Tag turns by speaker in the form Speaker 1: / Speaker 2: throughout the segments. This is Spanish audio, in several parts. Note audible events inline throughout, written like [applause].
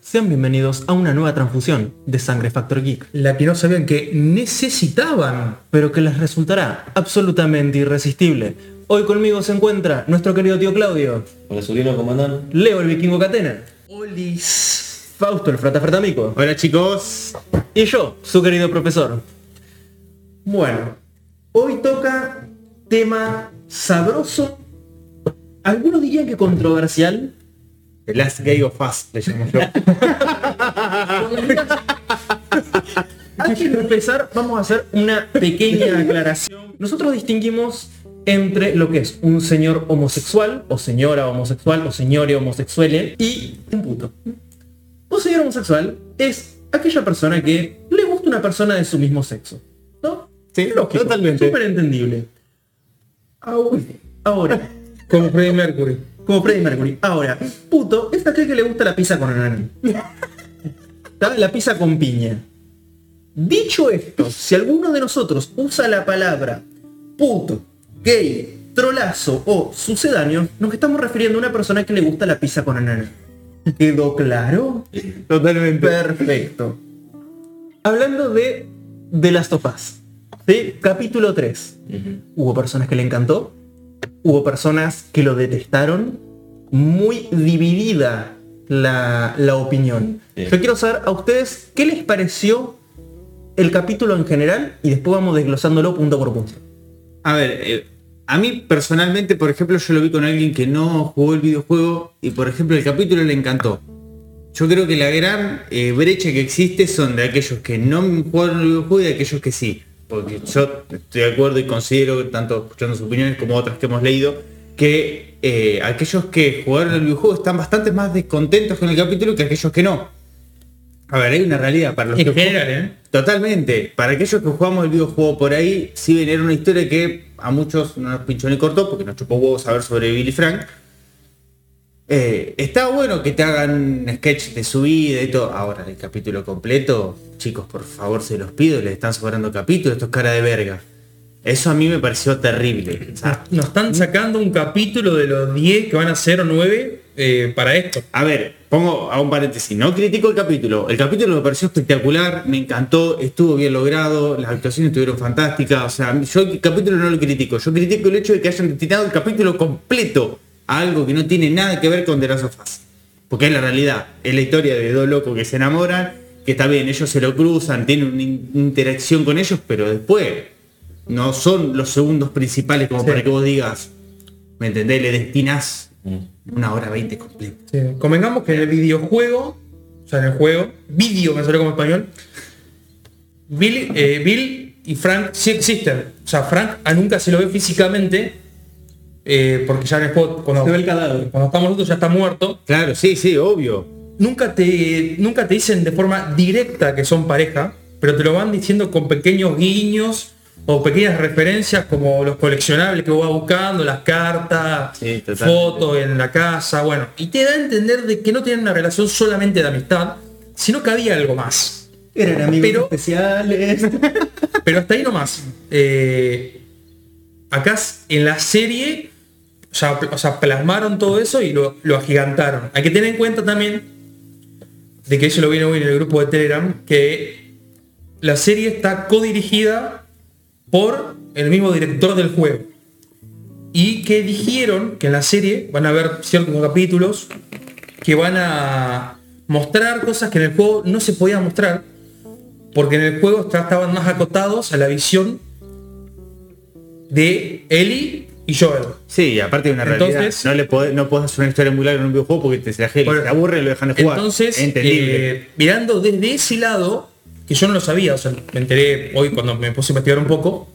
Speaker 1: Sean bienvenidos a una nueva transfusión de Sangre Factor Geek,
Speaker 2: La que no sabían que necesitaban.
Speaker 1: pero que les resultará absolutamente irresistible. Hoy conmigo se encuentra nuestro querido tío Claudio,
Speaker 3: Hola, sobrino comandante.
Speaker 1: Leo el vikingo Catena,
Speaker 2: Olis.
Speaker 1: Fausto el fratafretamico
Speaker 4: Hola chicos.
Speaker 1: y yo, su querido profesor.
Speaker 2: Bueno, hoy toca tema sabroso.
Speaker 1: Algunos dirían que controversial,
Speaker 4: The Last Gay of Us le llamo yo.
Speaker 1: Antes de empezar, vamos a hacer una pequeña aclaración. Nosotros distinguimos entre lo que es un señor homosexual, o señora homosexual, o señore homosexual, y un puto. Un señor homosexual es aquella persona que le gusta una persona de su mismo sexo. ¿No?
Speaker 4: Sí, totalmente.
Speaker 1: Súper entendible. Ahora, ahora,
Speaker 2: Como Freddie Mercury.
Speaker 1: como Freddie Mercury. Ahora, un puto es aquel que le gusta la pizza con anán. ¿Está? La pizza con piña. Dicho esto, si alguno de nosotros usa la palabra puto, gay, trolazo o sucedáneo, nos estamos refiriendo a una persona que le gusta la pizza con anana. [laughs] ¿Quedó claro?
Speaker 4: Totalmente.
Speaker 1: Perfecto. Hablando de The Last of Us, ¿sí? capítulo 3. Hubo personas que le encantó, hubo personas que lo detestaron, muy dividida la, la opinión.
Speaker 3: Sí.
Speaker 1: Yo quiero saber a ustedes qué les pareció el capítulo en general y después vamos desglosándolo punto por punto.
Speaker 4: A ver, eh, a mí personalmente, por ejemplo, yo lo vi con alguien que no jugó el videojuego y por ejemplo el capítulo le encantó. Yo creo que la gran eh, brecha que existe son de aquellos que no jugaron el videojuego y de aquellos que sí. Porque yo estoy de acuerdo y considero, tanto escuchando sus opiniones como otras que hemos leído, que eh, aquellos que jugaron el videojuego están bastante más descontentos con el capítulo que aquellos que no. A ver, hay una realidad para los
Speaker 2: En
Speaker 4: que jue-
Speaker 2: general, ¿eh?
Speaker 4: Totalmente. Para aquellos que jugamos el videojuego por ahí, sí ven, era una historia que a muchos no nos pinchó ni cortó, porque nos chupó huevos saber sobre Billy Frank. Eh, está bueno que te hagan un sketch de su vida y todo. Ahora, el capítulo completo, chicos, por favor, se los pido, les están sobrando capítulos, esto es cara de verga. Eso a mí me pareció terrible. O sea,
Speaker 2: Nos están sacando un capítulo de los 10 que van a ser o 9 eh, para esto.
Speaker 4: A ver, pongo a un paréntesis, no critico el capítulo. El capítulo me pareció espectacular, me encantó, estuvo bien logrado, las actuaciones estuvieron fantásticas. O sea, yo el capítulo no lo critico, yo critico el hecho de que hayan destinado el capítulo completo a algo que no tiene nada que ver con The Last of Us. Porque es la realidad, es la historia de dos locos que se enamoran, que está bien, ellos se lo cruzan, tienen una in- interacción con ellos, pero después no son los segundos principales como
Speaker 2: Sí.
Speaker 4: para que vos digas, ¿me entendés? Le destinás una hora veinte completa.
Speaker 2: Sí, Convengamos que en el videojuego, o sea, en el juego, vídeo me salió como español, Bill, eh, Bill y Frank sí existen. O sea, Frank a nunca se lo ve físicamente, eh, porque ya en el juego, cuando,
Speaker 1: Se ve el cadáver.
Speaker 2: cuando estamos nosotros ya está muerto.
Speaker 4: Claro, sí, sí, obvio.
Speaker 2: Nunca te, nunca te dicen de forma directa que son pareja, pero te lo van diciendo con pequeños guiños o pequeñas referencias como los coleccionables que vos vas buscando, las cartas,
Speaker 4: Sí, totalmente.
Speaker 2: fotos en la casa, bueno. Y te da a entender de que no tienen una relación solamente de amistad, sino que había algo más.
Speaker 1: Eran amigos
Speaker 2: Pero-
Speaker 1: especiales.
Speaker 2: Pero hasta ahí nomás. Eh, acá s- en la serie, o sea, pl- o sea, plasmaron todo eso y lo, lo agigantaron. Hay que tener en cuenta también, de que eso lo viene hoy en el grupo de Telegram, que la serie está codirigida por el mismo director del juego. Y que dijeron que en la serie van a haber ciertos capítulos que van a mostrar cosas que en el juego no se podían mostrar porque en el juego está- estaban más acotados a la visión de Ellie y Joel.
Speaker 4: Sí, y aparte de una realidad.
Speaker 2: Entonces-
Speaker 4: no le podés, no podés hacer una historia muy larga en un videojuego porque te, se la gente
Speaker 2: Bueno,
Speaker 4: se aburre y lo dejan de jugar.
Speaker 2: Entonces,
Speaker 4: Entendible.
Speaker 2: eh, mirando desde ese lado, que yo no lo sabía, o sea, me enteré hoy cuando me puse a investigar un poco,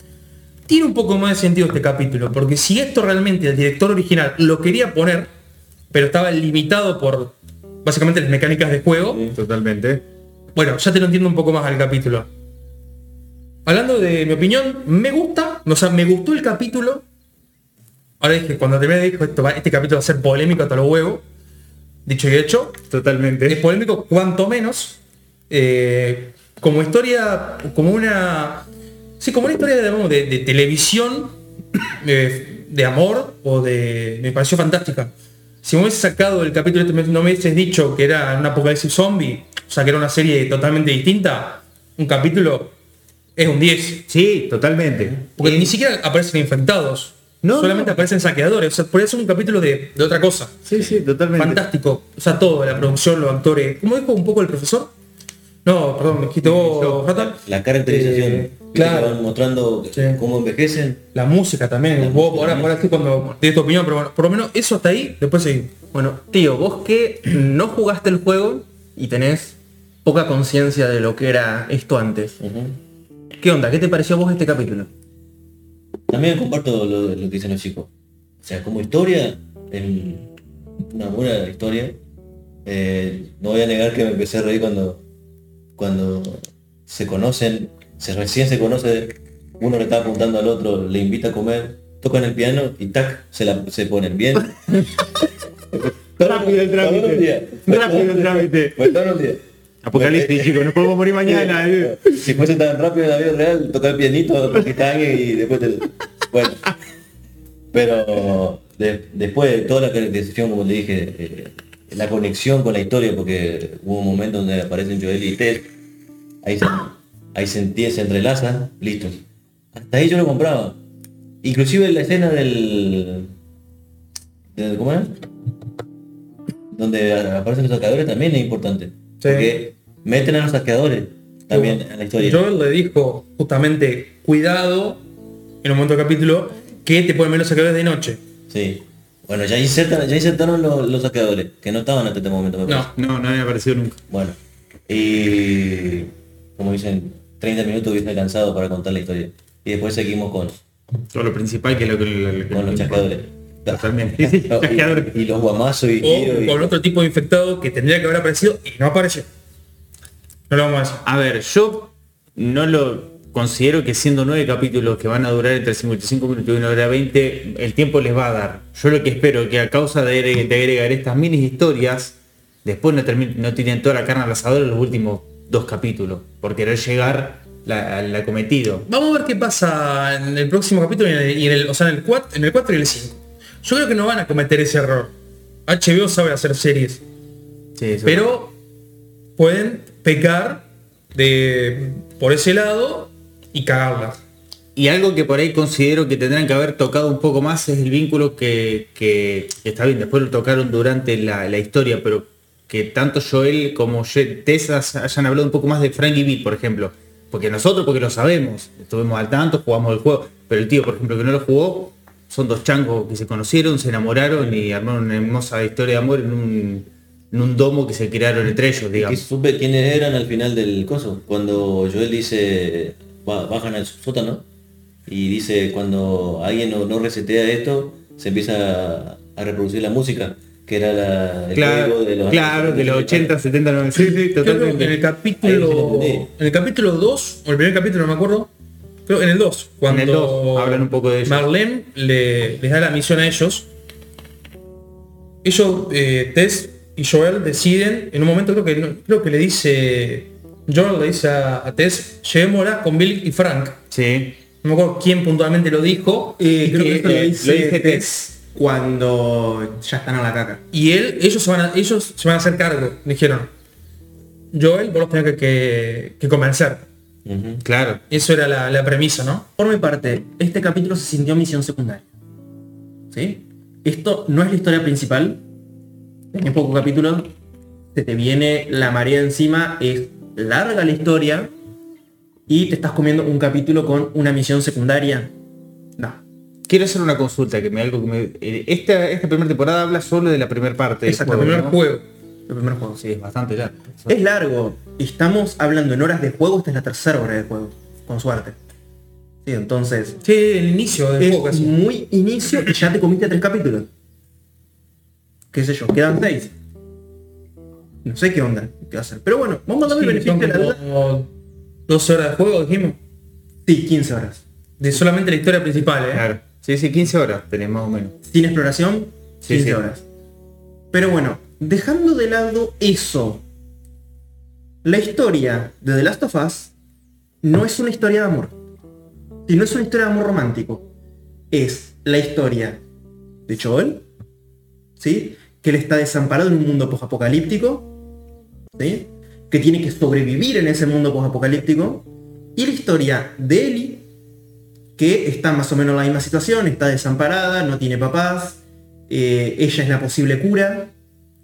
Speaker 2: tiene un poco más de sentido este capítulo, porque si esto realmente el director original lo quería poner, pero estaba limitado por básicamente las mecánicas de juego,
Speaker 4: Totalmente.
Speaker 2: [laughs] Bueno, ya te lo entiendo un poco más al capítulo. Hablando de mi opinión, me gusta, o sea, me gustó el capítulo. Ahora dije, cuando terminé dijo, esto va- este capítulo va a ser polémico hasta los huevos. Dicho y hecho,
Speaker 4: Totalmente.
Speaker 2: es polémico cuanto menos. Eh, como historia, como una... Sí, como una historia digamos, de, de televisión, eh, de amor o de... Me pareció fantástica. Si me hubiese sacado el capítulo este, me- no me hubieses dicho que era un apocalipsis zombie, o sea, que era una serie totalmente distinta, un capítulo es un 10.
Speaker 4: Sí, totalmente.
Speaker 3: Eh,
Speaker 2: Porque ni siquiera aparecen infectados.
Speaker 4: No,
Speaker 2: solamente
Speaker 4: no.
Speaker 2: aparecen saqueadores. O sea, podría ser un capítulo de, de otra cosa.
Speaker 4: Sí, sí, totalmente.
Speaker 2: Fantástico. O sea, todo, la producción, los actores. ¿Cómo dijo un poco el profesor? No, perdón, me dijiste vos, Rata.
Speaker 3: La caracterización.
Speaker 2: Eh,
Speaker 3: viste que
Speaker 2: claro.
Speaker 3: van mostrando que-
Speaker 2: Sí.
Speaker 3: cómo envejecen.
Speaker 2: La música también. vos, ahora, ahora estoy cuando tienes tu opinión, pero bueno, por lo menos eso hasta ahí, después seguimos.
Speaker 1: Bueno, tío, vos que no jugaste el juego y tenés poca conciencia de lo que era esto antes.
Speaker 3: Ujú.
Speaker 1: ¿Qué onda? ¿Qué te pareció a vos este capítulo?
Speaker 3: También comparto lo, lo que dicen los chicos. O sea, como historia, en una buena historia. Eh, no voy a negar que me empecé a reír cuando cuando se conocen, se recién se conoce, uno le está apuntando al otro, le invita a comer, tocan el piano y tac, se, la, se ponen bien.
Speaker 4: [laughs] Rápido el trámite.
Speaker 3: Todo día.
Speaker 4: Rápido el trámite.
Speaker 3: Fue todo el día.
Speaker 4: Apocalipsis, chicos, nos podemos morir mañana. eh.
Speaker 3: Si fuese tan rápido en la vida real, tocar
Speaker 4: [laughs]
Speaker 3: el pianito, conquistar a alguien y después te... Bueno. Pero de- después de toda la caracterización, como te dije, eh, la conexión con la historia, porque hubo un momento donde aparecen Joel y Ted, ahí, se, ahí sentí, se entrelazan, listo. Hasta ahí yo lo compraba. Inclusive la escena del... del- ¿Cómo era? Donde aparecen los saqueadores también es importante. Porque meten a los saqueadores también en la historia.
Speaker 2: Joel le dijo justamente, cuidado, en un momento del capítulo, que te pueden ver los saqueadores de noche.
Speaker 3: Sí. Bueno, ya insertan, ya insertaron los, los saqueadores, que no estaban hasta este momento, me parece.
Speaker 2: No.
Speaker 4: No, no había aparecido nunca.
Speaker 3: Bueno. Y como dicen, 30 minutos hubiese alcanzado para contar la historia. Y después seguimos con,
Speaker 4: Todo lo principal que es lo que... lo- lo-
Speaker 3: con los chasqueadores. [laughs]
Speaker 4: Totalmente. [laughs] Sí, sí, chasqueadores.
Speaker 3: Y, y los guamazos y tiro
Speaker 2: O
Speaker 3: y-
Speaker 2: con otro tipo de infectado que tendría que haber aparecido y no apareció. No lo vamos a decir.
Speaker 4: A ver, yo no lo considero que siendo nueve capítulos que van a durar entre 55 minutos y una hora 20, el tiempo les va a dar. Yo lo que espero que a causa de, agre- de agregar estas mini historias, después no, termin- no tiren toda la carne al asador en los últimos dos capítulos, por querer llegar la- al acometido.
Speaker 2: Vamos a ver qué pasa en el próximo capítulo y en el, y en el- o sea, en el 4, en el 4 y el 5. Yo creo que no van a cometer ese error. HBO sabe hacer series. Pero pueden pecar de por ese lado y cagarla.
Speaker 4: Y algo que por ahí considero que tendrán que haber tocado un poco más es el vínculo que, que está bien, después lo tocaron durante la, la historia, pero que tanto Joel como Ye- Tess has- hayan hablado un poco más de Frankie B, por ejemplo. Porque nosotros, porque lo sabemos, estuvimos al tanto, jugamos el juego, pero el tío, por ejemplo, que no lo jugó, son dos changos que se conocieron, se enamoraron y armaron una hermosa historia de amor en un, en un domo que se crearon entre ellos,
Speaker 3: Y
Speaker 4: digamos.
Speaker 3: supe quiénes eran al final del coso. Cuando Joel dice, ba- bajan al sótano y dice, cuando alguien no, no resetea esto, se empieza a, a reproducir la música, que era la, el
Speaker 4: Claro,
Speaker 3: código de los...
Speaker 4: claro, de los 80, 70, 90, sí, sí,
Speaker 2: Yo creo que en
Speaker 4: totalmente.
Speaker 2: el capítulo.
Speaker 3: Ahí sí lo
Speaker 2: En
Speaker 3: entendí.
Speaker 2: el capítulo 2, o el primer capítulo, no me acuerdo. Creo en el 2. Cuando
Speaker 4: En el 2, hablan un poco de ellos.
Speaker 2: Marlene le, les da la misión a ellos. Ellos, eh, Tess y Joel deciden, en un momento creo que no- creo que le dice. Joel le dice a, a Tess, llevémosla con Bill y Frank.
Speaker 4: Sí.
Speaker 2: No me acuerdo quién puntualmente lo dijo.
Speaker 5: Eh,
Speaker 2: y creo que esto lo dice
Speaker 5: dice
Speaker 2: Tess.
Speaker 5: Tess cuando ya están a la caca.
Speaker 2: Y él, ellos se van a, ellos se van a hacer cargo, dijeron. Joel, vos los tenés que, que, que convencer.
Speaker 3: Ujú.
Speaker 4: Claro.
Speaker 2: Eso era la, la premisa, ¿no?
Speaker 1: Por mi parte, este capítulo se sintió misión secundaria. ¿Sí? Esto no es la historia principal. Tenés poco capítulo. Se te viene la marea encima. Es larga la historia. Y te estás comiendo un capítulo con una misión secundaria. No.
Speaker 4: Quiero hacer una consulta que me algo que me. eh, Esta, esta primera temporada habla solo de la primera parte. del
Speaker 1: Exacto,
Speaker 2: El
Speaker 4: juego,
Speaker 2: primer
Speaker 4: ¿no?
Speaker 2: juego.
Speaker 1: El primer juego, sí.
Speaker 4: Sí, es bastante largo.
Speaker 1: Es largo. Estamos hablando en horas de juego. Esta es la tercera hora de juego. Con suerte. Sí, entonces.
Speaker 2: Sí, el inicio del
Speaker 1: Es
Speaker 2: juego casi.
Speaker 1: muy inicio y ya te comiste tres capítulos. Qué sé yo, quedan seis. No sé qué onda, qué va a hacer. Pero bueno, vamos a darle
Speaker 2: Sí,
Speaker 1: el beneficio
Speaker 2: son
Speaker 1: de la duda.
Speaker 2: como 12 horas de juego, dijimos.
Speaker 1: Sí, 15 horas.
Speaker 2: De solamente la historia principal, ¿eh?
Speaker 4: Claro. Sí, sí, 15 horas tenés más o menos.
Speaker 1: Sin exploración,
Speaker 4: Sí,
Speaker 1: 15
Speaker 4: sí.
Speaker 1: horas. Pero bueno, dejando de lado eso, la historia de The Last of Us no es una historia de amor. Si no es una historia de amor romántico, es la historia de Joel, ¿sí? que él está desamparado en un mundo posapocalíptico, ¿sí? que tiene que sobrevivir en ese mundo posapocalíptico, y la historia de Ellie, que está más o menos en la misma situación, está desamparada, no tiene papás, eh, ella es la posible cura,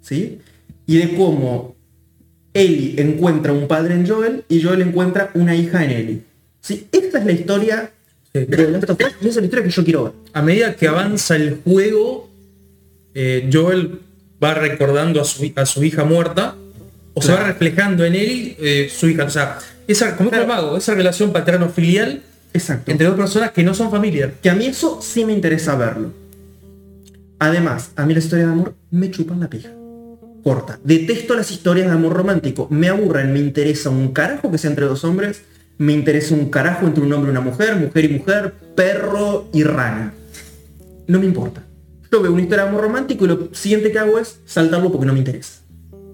Speaker 1: ¿sí? y de cómo Ellie encuentra un padre en Joel y Joel encuentra una hija en Ellie. ¿Sí? Esta es la historia
Speaker 2: Sí.
Speaker 1: de Last of Us y esa es la historia que yo quiero ver.
Speaker 2: A medida que avanza el juego, eh, Joel va recordando a su, a su hija muerta, o se va reflejando en él eh, su hija. O sea, esa, como
Speaker 1: Claro.
Speaker 2: el mago, esa relación paterno-filial
Speaker 1: Exacto.
Speaker 2: entre dos personas que no son familia.
Speaker 1: Que a mí eso sí me interesa verlo. Además, a mí la historia de amor me chupan la pija. Corta. Detesto las historias de amor romántico. Me aburren, me interesa un carajo que sea entre dos hombres. Me interesa un carajo entre un hombre y una mujer, mujer y mujer, perro y rana. No me importa. Yo veo una historia de amor romántico y lo siguiente que hago es saltarlo porque no me interesa.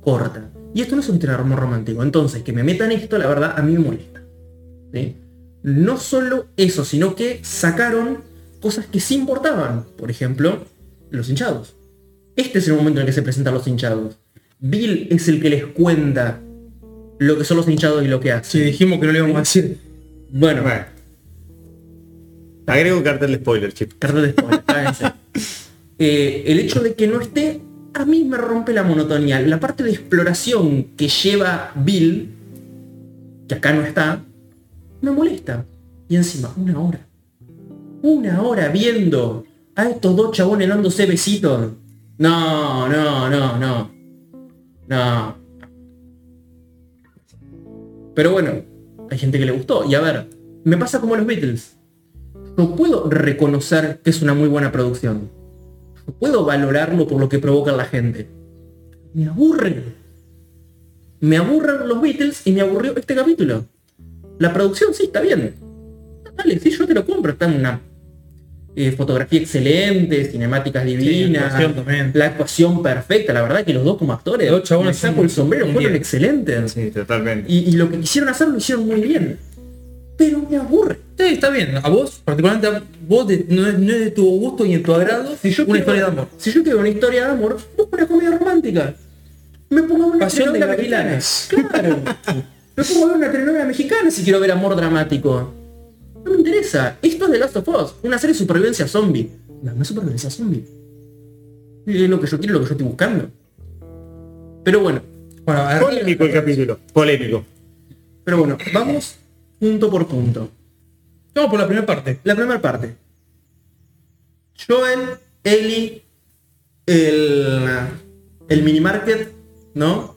Speaker 1: Corta. Y esto no es una historia de amor romántico. Entonces, que me metan esto, la verdad, a mí me molesta. ¿sí? No solo eso, sino que sacaron cosas que sí importaban. Por ejemplo, los hinchados. Este es el momento en el que se presentan los hinchados. Bill es el que les cuenta lo que son los hinchados y lo que
Speaker 2: Si
Speaker 1: hace.
Speaker 2: dijimos que no le íbamos a decir.
Speaker 1: Bueno,
Speaker 4: Agrego cartel de spoiler, chip.
Speaker 1: cartas de spoiler, cállense. Eh, el hecho de que no esté, a mí me rompe la monotonía. La parte de exploración que lleva Bill, que acá no está, me molesta. Y encima, una hora. Una hora viendo a estos dos chabones dándose besitos. No, no, no, no. No. Pero bueno, hay gente que le gustó. Y a ver, me pasa como los Beatles. Yo puedo reconocer que es una muy buena producción. Yo puedo valorarlo por lo que provoca en la gente. Me aburren. Me aburren los Beatles y me aburrió este capítulo. La producción sí está bien. Dale, sí, yo te lo compro. Está en una eh, fotografía excelente, cinemáticas divinas,
Speaker 2: actuación también.
Speaker 1: la actuación perfecta. La verdad que los dos como actores,
Speaker 2: Los chabones
Speaker 1: me saco el
Speaker 2: son
Speaker 1: sombrero,
Speaker 2: un
Speaker 1: fueron
Speaker 2: diez.
Speaker 1: excelentes.
Speaker 4: Sí, totalmente.
Speaker 1: Y, y lo que quisieron hacer lo hicieron muy bien. Pero me aburre.
Speaker 2: Sí, está bien. A vos, particularmente a vos, de- no, es, no es de tu gusto y en tu agrado
Speaker 1: Si yo
Speaker 2: una
Speaker 1: quiero-
Speaker 2: historia de amor.
Speaker 1: Si yo quiero una historia de amor, busco una comedia romántica. Me pongo a ver una
Speaker 2: Pasión de
Speaker 1: telenovela mexicana. Claro. Me pongo a ver una telenovela mexicana si quiero ver amor dramático. No me interesa. Esto es The Last of Us, una serie de supervivencia zombie. No, no es supervivencia zombie. Es lo que yo quiero, lo que yo estoy buscando. Pero bueno,
Speaker 2: Bueno, a ver,
Speaker 4: Polémico el capítulo. Polémico.
Speaker 1: pero bueno, vamos punto por punto.
Speaker 2: vamos por la primera parte.
Speaker 1: La primera parte. Joel, Eli, el, el minimarket, ¿no?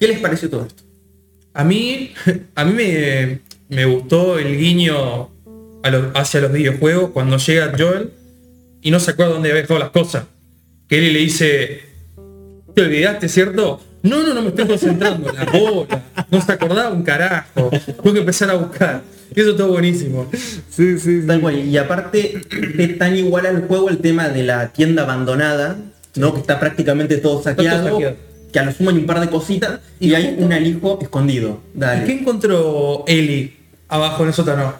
Speaker 1: ¿Qué les pareció todo esto?
Speaker 2: A mí, [laughs] a mí me, me gustó el guiño a lo- hacia los videojuegos cuando llega Joel y no se acuerda dónde había dejado las cosas. Que él le dice, ¿te olvidaste, cierto? No, no, no me estoy concentrando, la bola. No se acordaba un carajo. Tuve que empezar a buscar. Y eso todo buenísimo.
Speaker 4: Sí, sí,
Speaker 1: Tal cual. Y aparte, es tan igual al juego el tema de la tienda abandonada, ¿no? Que está prácticamente todo
Speaker 2: todo
Speaker 1: saqueado.
Speaker 2: saqueado.
Speaker 1: Que a lo sumo hay un par de cositas y,
Speaker 2: Y
Speaker 1: hay
Speaker 2: justo-
Speaker 1: un alijo escondido.
Speaker 2: ¿Y qué
Speaker 1: Dale.
Speaker 2: encontró Eli abajo en el sótano?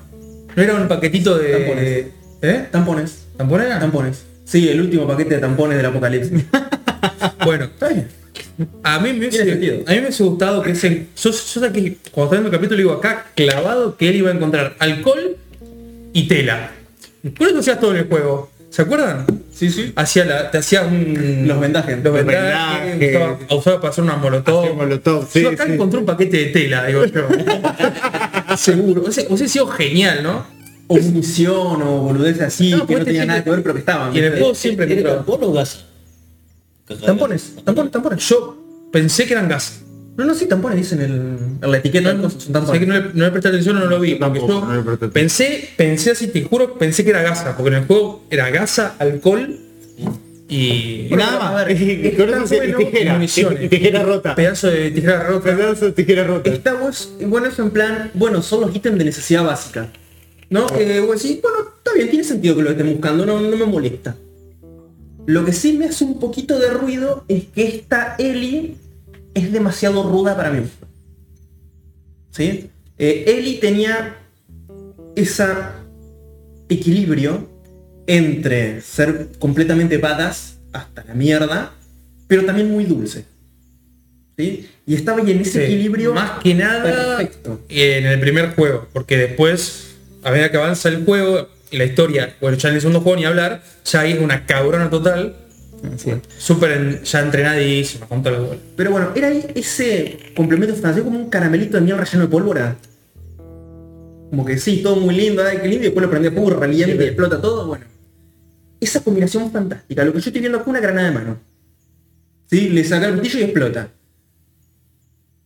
Speaker 2: ¿No era un paquetito de...
Speaker 1: Tampones.
Speaker 2: ¿Eh?
Speaker 1: Tampones.
Speaker 2: ¿Tamponera?
Speaker 1: Tampones. Sí, el último paquete de tampones del [laughs] apocalipsis.
Speaker 2: Ah, Bueno,
Speaker 1: Está bien.
Speaker 2: A mí me hubiese,
Speaker 1: Tiene sentido.
Speaker 2: a mí me hubiese gustado que ese. Yo, yo sé que cuando está viendo el capítulo digo acá clavado que él iba a encontrar alcohol y tela. Por eso hacías todo en el juego. ¿Se acuerdan?
Speaker 1: Sí, sí.
Speaker 2: Hacía la, te hacía un.
Speaker 1: Los vendajes.
Speaker 2: Los
Speaker 4: Los
Speaker 2: vendajes.
Speaker 4: vendajes.
Speaker 2: usaba- Usaba para hacer una molotov.
Speaker 4: Hacía molotov, sí,
Speaker 2: yo acá
Speaker 4: sí.
Speaker 2: encontré un paquete de tela, digo
Speaker 1: [laughs]
Speaker 2: yo. Seguro. Hubiese hubiese sido genial, ¿no?
Speaker 1: O munición o boludeces así
Speaker 2: No,
Speaker 1: que no
Speaker 2: pues este
Speaker 1: tenía
Speaker 2: tiene-
Speaker 1: nada que ver pero que estaban.
Speaker 2: Y en el
Speaker 1: ¿viste?
Speaker 2: juego siempre
Speaker 3: ¿Tiene
Speaker 2: encontraba.
Speaker 3: tampón o gas?
Speaker 1: Tampones, tampones, tampones.
Speaker 2: Yo pensé que eran gas.
Speaker 1: No, no, sí, tampones dicen el, en la etiqueta.
Speaker 2: No,
Speaker 1: No,
Speaker 2: no,
Speaker 1: son
Speaker 2: sé que
Speaker 1: tampones.
Speaker 2: no le, no le presté atención o no lo vi.
Speaker 4: Yo tampoco,
Speaker 2: porque yo
Speaker 4: no le presté atención.
Speaker 2: pensé, pensé así, te juro, pensé que era gasa, porque en el juego era gasa, alcohol y
Speaker 4: Y nada más.
Speaker 1: A
Speaker 4: [laughs]
Speaker 1: ver,
Speaker 4: Y con eso
Speaker 1: está
Speaker 4: se- y
Speaker 1: bueno,
Speaker 4: tijera.
Speaker 2: municiones.
Speaker 4: Y tijera rota.
Speaker 2: pedazo de tijera rota.
Speaker 4: Pedazo de tijera rota.
Speaker 1: Está vos- bueno, eso en plan, bueno, son los ítems de necesidad básica. ¿No? Eh, vos decís, bueno, está bien, tiene sentido que lo estén buscando, no, no me molesta. Lo que sí me hace un poquito de ruido es que esta Ellie es demasiado ruda para mí. ¿Sí? Eh, Ellie tenía ese equilibrio entre ser completamente badass hasta la mierda, pero también muy dulce. ¿Sí? Y estaba ahí en ese
Speaker 2: Sí,
Speaker 1: equilibrio
Speaker 2: más que nada
Speaker 1: perfecto.
Speaker 2: en el primer juego porque después a medida que avanza el juego y la historia bueno ya en el segundo juego ni hablar ya ahí es una cabrona total súper en- ya entrenadísima con todos los goles
Speaker 1: Pero bueno, era ahí ese complemento francés como un caramelito de miel relleno de pólvora. Como que sí, todo muy lindo, ay, qué lindo, y después lo prende puro reliente y explota todo, bueno. Esa combinación fantástica. Lo que yo estoy viendo acá es una granada de mano. Sí, le saca el platillo y explota.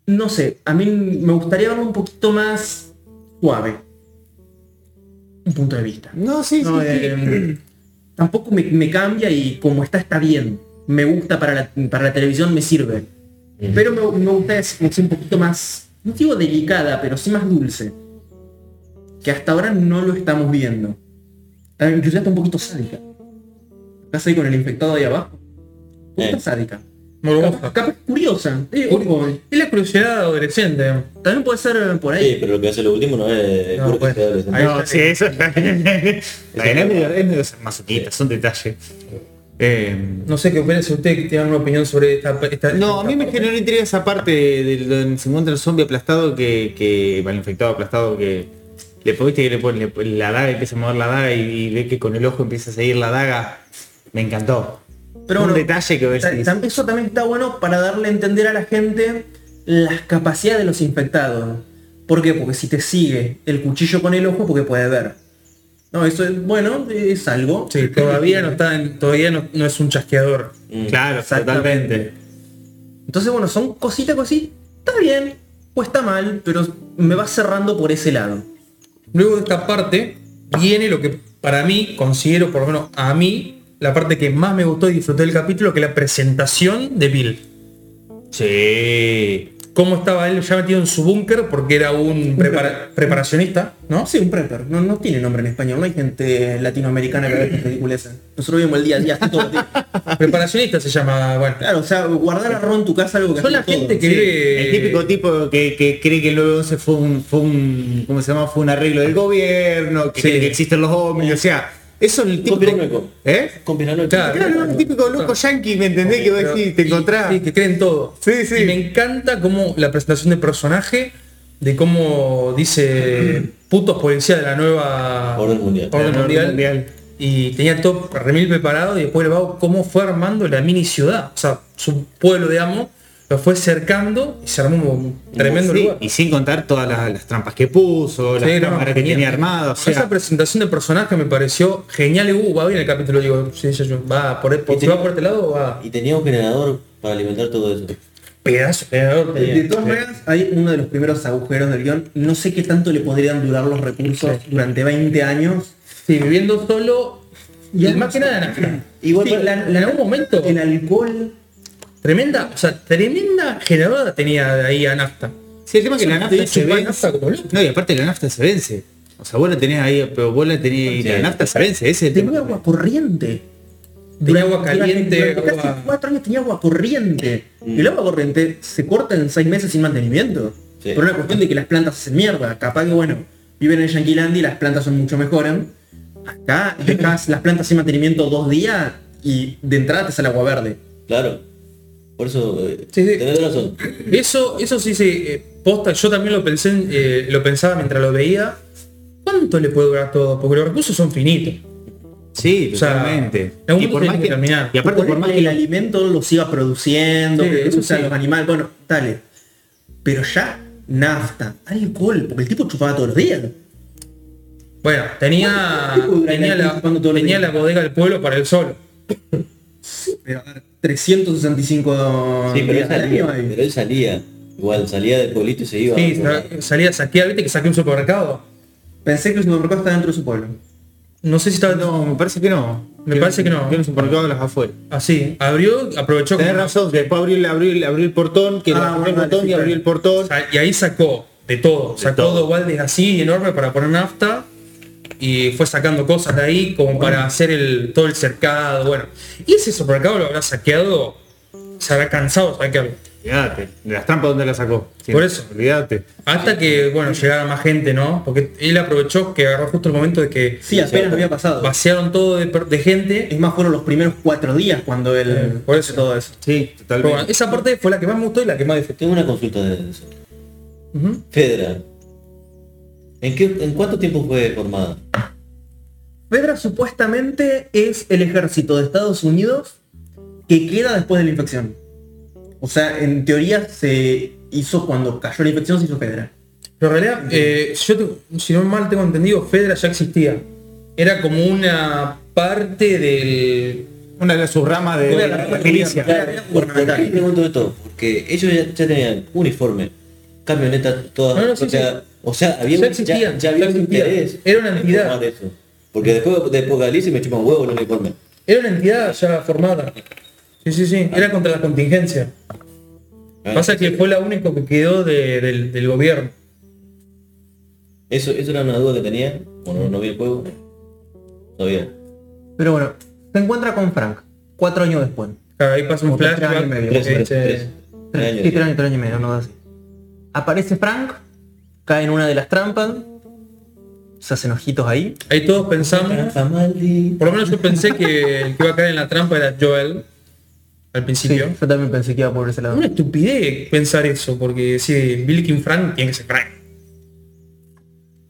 Speaker 1: No sé, a mí me gustaría verlo un poquito más suave. Un punto de vista.
Speaker 4: No, sí,
Speaker 1: No,
Speaker 4: sí, sí.
Speaker 1: eh, tampoco me, me cambia y como está está bien. Me gusta para la, para la televisión, me sirve. Pero me, me gusta es, es un poquito más, no digo delicada, pero sí más dulce. Que hasta ahora no lo estamos viendo. Ah, Incluso está un poquito sádica. Estás ahí con el infectado ahí abajo. Un poquito
Speaker 3: Eh.
Speaker 1: sádica.
Speaker 2: Burbuja.
Speaker 1: Capaz, capaz curiosa. Eh, ojo,
Speaker 2: es la curiosidad adolescente digamos.
Speaker 1: también puede ser eh, por ahí.
Speaker 3: Sí, pero lo que hace lo último no es...
Speaker 2: No,
Speaker 3: curiosidad
Speaker 2: pues,
Speaker 3: adolescente.
Speaker 2: ahí-
Speaker 4: No, sí, eso La verdad es medio, es medio masoquista, son detalles. Eh,
Speaker 2: no sé qué opina usted que tiene una opinión sobre esta, esta-
Speaker 4: no, a mí
Speaker 2: esta
Speaker 4: me
Speaker 2: parte.
Speaker 4: generó intriga esa parte de donde se encuentra el zombie aplastado que, que va el infectado aplastado que le viste que le pone le- la daga, empieza a mover la daga y, y ve que con el ojo empieza a seguir la daga. Me encantó.
Speaker 1: Pero
Speaker 4: un
Speaker 1: bueno,
Speaker 4: detalle que ver
Speaker 1: Ta- tam- Eso también está bueno para darle a entender a la gente las capacidades de los infectados. ¿Por qué? Porque si te sigue el cuchillo con el ojo, porque puede ver. No, eso es bueno, es algo.
Speaker 2: Sí, todavía no está en- todavía no, no es un chasqueador
Speaker 3: Mm.
Speaker 4: Claro,
Speaker 1: Exactamente.
Speaker 4: totalmente.
Speaker 1: Entonces, bueno, son cositas, cositas. Está bien o está mal, pero me va cerrando por ese lado.
Speaker 2: Luego de esta parte viene lo que para mí considero, por lo menos a mí, la parte que más me gustó y disfruté del capítulo, que es la presentación de Bill.
Speaker 4: Sí.
Speaker 2: Cómo estaba él ya metido en su búnker porque era
Speaker 4: [laughs]
Speaker 2: un prepara- preparacionista, ¿no?
Speaker 1: Sí, un prepper. No, no tiene nombre en español. No hay gente latinoamericana que haga estas ridiculeces. Nosotros vimos el día a día así todo [laughs] el día.
Speaker 2: Preparacionista se llama, bueno.
Speaker 1: Claro, o sea, guardar arroz en tu casa algo que
Speaker 2: Son la
Speaker 1: hacemos
Speaker 2: gente
Speaker 1: todos.
Speaker 2: que vive...
Speaker 4: El típico tipo que, que cree que el 911 fue un, fue un, ¿cómo se llama? Fue un arreglo del gobierno, que
Speaker 2: Sí.
Speaker 4: cree que existen los hombres, o sea, eso es el tipo...
Speaker 3: Conspiranoico.
Speaker 4: ¿Eh?
Speaker 3: Conspiranoico.
Speaker 2: Claro.
Speaker 4: Claro, el típico loco yankee, ¿me entendés? Que vos
Speaker 2: Pero-
Speaker 4: decís, te
Speaker 2: y-
Speaker 4: encontrás.
Speaker 2: Sí, que creen todo.
Speaker 4: Sí, sí.
Speaker 2: Y me encanta como la presentación de personaje, de cómo dice putos policía de la nueva
Speaker 3: Orden mundial.
Speaker 2: Orden
Speaker 4: Orden
Speaker 2: mundial.
Speaker 4: mundial.
Speaker 2: Y tenía todo remil preparado y después el vago cómo fue armando la mini ciudad. O sea, su pueblo de amo lo fue cercando y se armó un tremendo
Speaker 4: Sí,
Speaker 2: lugar.
Speaker 4: Y sin contar todas las, las trampas que puso, las
Speaker 2: Sí, no,
Speaker 4: cámaras que
Speaker 2: genial.
Speaker 4: tenía armada, o sea,
Speaker 2: Esa presentación de personaje me pareció genial y uh, va bien el capítulo, digo, sí, sí, sí, va por, por-
Speaker 3: Y
Speaker 2: si
Speaker 3: te-
Speaker 2: va por este lado, va
Speaker 3: Y tenía un generador para alimentar todo eso.
Speaker 2: pedazo, de generador tenía.
Speaker 1: De todas maneras, hay uno de los primeros agujeros del guión. No sé qué tanto le podrían durar los recursos durante 20 años.
Speaker 2: Sí, viviendo solo y
Speaker 1: además-
Speaker 2: más que nada en
Speaker 1: Igual
Speaker 2: Igual
Speaker 1: para-
Speaker 2: en algún momento
Speaker 1: El alcohol.
Speaker 2: tremenda, o sea, tremenda generadora tenía ahí a nafta.
Speaker 4: sí, el tema es que la nafta se
Speaker 2: chupaba
Speaker 4: vence.
Speaker 2: nafta como loco.
Speaker 4: No, y aparte la nafta se vence. O sea, vos la tenés ahí, pero vos la tenés y la
Speaker 3: Sí.
Speaker 4: nafta se vence, ese es el
Speaker 1: Tenía
Speaker 4: tema.
Speaker 1: agua corriente.
Speaker 2: Tenía
Speaker 1: Durante-
Speaker 2: agua caliente,
Speaker 1: durante casi
Speaker 2: agua- Mm.
Speaker 1: cuatro años tenía agua corriente. Y el agua corriente se corta en seis meses sin mantenimiento.
Speaker 3: Sí.
Speaker 1: Por una cuestión de que las plantas hacen mierda. Capaz que, bueno, viven en Yanquilandia y las plantas son mucho mejores. Acá dejas las plantas sin mantenimiento dos días y de entrada te sale agua verde.
Speaker 3: Claro. Por eso, eh,
Speaker 2: Sí, sí.
Speaker 3: tenés razón.
Speaker 2: Eso, eso sí se eh, posta, yo también lo pensé, en- eh, lo pensaba mientras lo veía. ¿Cuánto le puede durar todo? Porque los recursos son finitos.
Speaker 4: Sí,
Speaker 2: O sea,
Speaker 4: totalmente.
Speaker 2: en algún
Speaker 4: y, por más
Speaker 2: punto tiene
Speaker 4: que,
Speaker 2: que terminar.
Speaker 4: y aparte,
Speaker 1: Suponés
Speaker 4: por más
Speaker 1: que
Speaker 4: que
Speaker 1: el alimento lo siga produciendo,
Speaker 2: Sí,
Speaker 1: que
Speaker 2: eso
Speaker 1: usan
Speaker 2: sí.
Speaker 1: los animales, bueno, dale. Pero ya, nafta, alcohol, porque el tipo chupaba todos los días.
Speaker 2: Bueno, tenía,
Speaker 1: ¿Cuánto tiempo dura
Speaker 2: tenía,
Speaker 1: la-
Speaker 2: la,
Speaker 1: cuando todo lo
Speaker 2: tenía
Speaker 1: tenía?
Speaker 2: la bodega del pueblo para él solo.
Speaker 1: Pero a ver, 365
Speaker 3: Sí, pero él
Speaker 1: días al año eh.
Speaker 3: salía.
Speaker 1: hay.
Speaker 3: Pero él salía. Igual, salía del pueblito y se iba.
Speaker 2: Sí,
Speaker 3: Bueno,
Speaker 2: sa- salía a saquear, viste que saqué un supermercado.
Speaker 1: Pensé que el supermercado estaba dentro de su pueblo.
Speaker 2: No sé si estaba
Speaker 4: No, me parece que no.
Speaker 2: Me parece que no.
Speaker 4: Que no se portó de las afuera.
Speaker 2: así. Abrió, aprovechó.
Speaker 4: Tenés razón, que después abrió, el- abrió, el- abrió el portón, que
Speaker 1: Ah,
Speaker 4: le abrió
Speaker 1: bueno,
Speaker 4: el
Speaker 1: dale,
Speaker 4: portón
Speaker 1: sí,
Speaker 4: y abrió
Speaker 1: claro.
Speaker 4: el portón.
Speaker 2: O sea, y ahí sacó de todo. sacó
Speaker 4: todo.
Speaker 2: dos baldes así enormes para poner nafta. Y fue sacando cosas de ahí como para hacer el, todo el cercado. Bueno. Y ese supermercado lo habrá saqueado. Se habrá cansado de saquearlo.
Speaker 4: Olvídate. De las trampas donde la sacó. Sí,
Speaker 2: Por eso.
Speaker 4: Olvídate.
Speaker 2: Hasta que, bueno, llegara más gente, ¿no? Porque él aprovechó que agarró justo el momento de que
Speaker 1: Sí, apenas había pasado.
Speaker 2: vaciaron todo de, per- de gente.
Speaker 1: Es más, fueron los primeros cuatro días cuando él...
Speaker 2: Por eso.
Speaker 1: Todo eso.
Speaker 4: Sí,
Speaker 2: Pero
Speaker 4: totalmente.
Speaker 2: bueno, esa parte fue la que más me gustó y la que más disfruté.
Speaker 3: Tengo una consulta de eso.
Speaker 2: Ujú.
Speaker 3: Fedra. ¿En, qué, ¿En cuánto tiempo fue formada?
Speaker 1: Fedra supuestamente es el ejército de Estados Unidos que queda después de la infección. O sea, en teoría se hizo cuando cayó la infección, se hizo Fedra.
Speaker 2: Pero en realidad, eh, yo te- si no mal tengo entendido, Fedra ya existía. Era como una parte del...
Speaker 4: Una de las subramas de,
Speaker 2: Una de las-
Speaker 4: la milicia.
Speaker 1: Claro, era
Speaker 3: ¿Por por qué
Speaker 1: gubernamental.
Speaker 3: pregunto esto? Porque ellos ya, ya tenían uniforme, camionetas, todas.
Speaker 2: No, no, sí,
Speaker 3: o, sea,
Speaker 2: sí.
Speaker 3: o sea,
Speaker 2: Ya
Speaker 3: había, un-
Speaker 2: existían,
Speaker 3: ya había
Speaker 2: ya
Speaker 3: un
Speaker 2: existían.
Speaker 3: interés.
Speaker 2: Era una
Speaker 3: en
Speaker 2: entidad.
Speaker 3: formar eso. Porque después de Apocalipsis me chupan huevo el uniforme. ¿eh?
Speaker 2: Era una entidad ya formada. Sí, sí, sí. Era contra la contingencia.
Speaker 1: Ah.
Speaker 2: Pasa que fue la única que quedó de- del, del gobierno.
Speaker 3: Eso, eso era una duda que tenía. Bueno, no vi el juego. Todavía.
Speaker 1: Pero bueno, se encuentra con Frank, cuatro años después.
Speaker 2: Claro, ahí pasa
Speaker 1: Como
Speaker 2: un
Speaker 1: tres años y
Speaker 2: flashback.
Speaker 1: medio.
Speaker 3: Tres,
Speaker 2: eh,
Speaker 3: tres, tres.
Speaker 1: Tres,
Speaker 3: Años,
Speaker 1: sí,
Speaker 3: sí.
Speaker 1: tres años, tres años y medio, no así. Aparece Frank, cae en una de las trampas, se hacen ojitos ahí.
Speaker 2: Ahí todos pensamos...
Speaker 3: Rafa Maldi.
Speaker 2: Por lo menos yo pensé que el que iba a caer en la trampa era Joel. Al
Speaker 1: Sí,
Speaker 2: principio.
Speaker 1: yo también pensé que iba por ese lado.
Speaker 2: Una estupidez pensar eso, porque si Bilkin Frank tiene que ser Frank.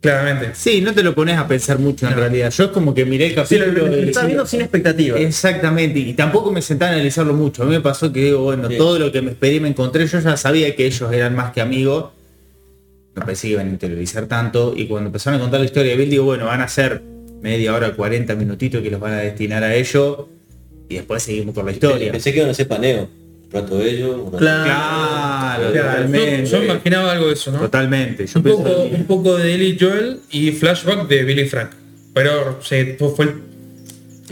Speaker 2: Claramente.
Speaker 4: Sí, no te lo pones a pensar mucho en realidad. Yo es como que miré el
Speaker 1: Sí, lo,
Speaker 4: capítulo
Speaker 1: lo- lo
Speaker 4: y-
Speaker 1: estás viendo sin expectativa.
Speaker 4: Exactamente, y tampoco me senté a analizarlo mucho. A mí me pasó que digo, bueno,
Speaker 3: Sí.
Speaker 4: todo lo que me esperé me encontré, yo ya sabía que ellos eran más que amigos. No pensé que iban a interiorizar tanto. Y cuando empezaron a contar la historia de Bill, digo, bueno, van a ser media hora, 40 minutitos que los van a destinar a ellos. Y después seguimos con la historia.
Speaker 3: Pensé que iban a hacer paneo. Un rato ellos, un rato-
Speaker 1: Claro.
Speaker 4: Claro,
Speaker 2: Yo,
Speaker 4: totalmente.
Speaker 2: yo imaginaba algo de eso, ¿no?
Speaker 4: Totalmente. Yo
Speaker 2: Un
Speaker 4: pensé-
Speaker 2: poco, un poco de Ellie Joel y flashback de Billy Frank. Pero se esto fue el- la